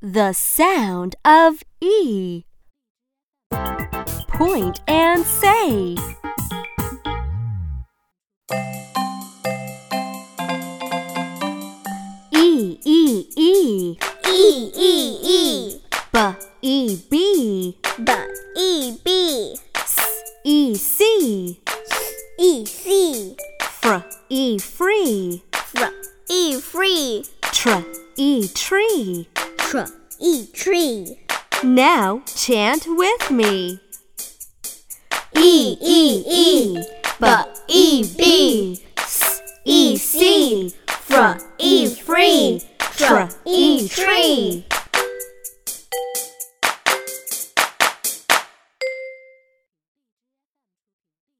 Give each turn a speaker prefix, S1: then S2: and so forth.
S1: the sound of E. Point and say. E, E, E.
S2: E E E
S1: B, E, B.
S2: B E B
S1: S, E, C.
S2: E C
S1: Fr, E, free.
S2: Fr E free
S1: Tr, E, tree.
S2: Tr E tree
S1: Now chant with me.
S2: E E E B E B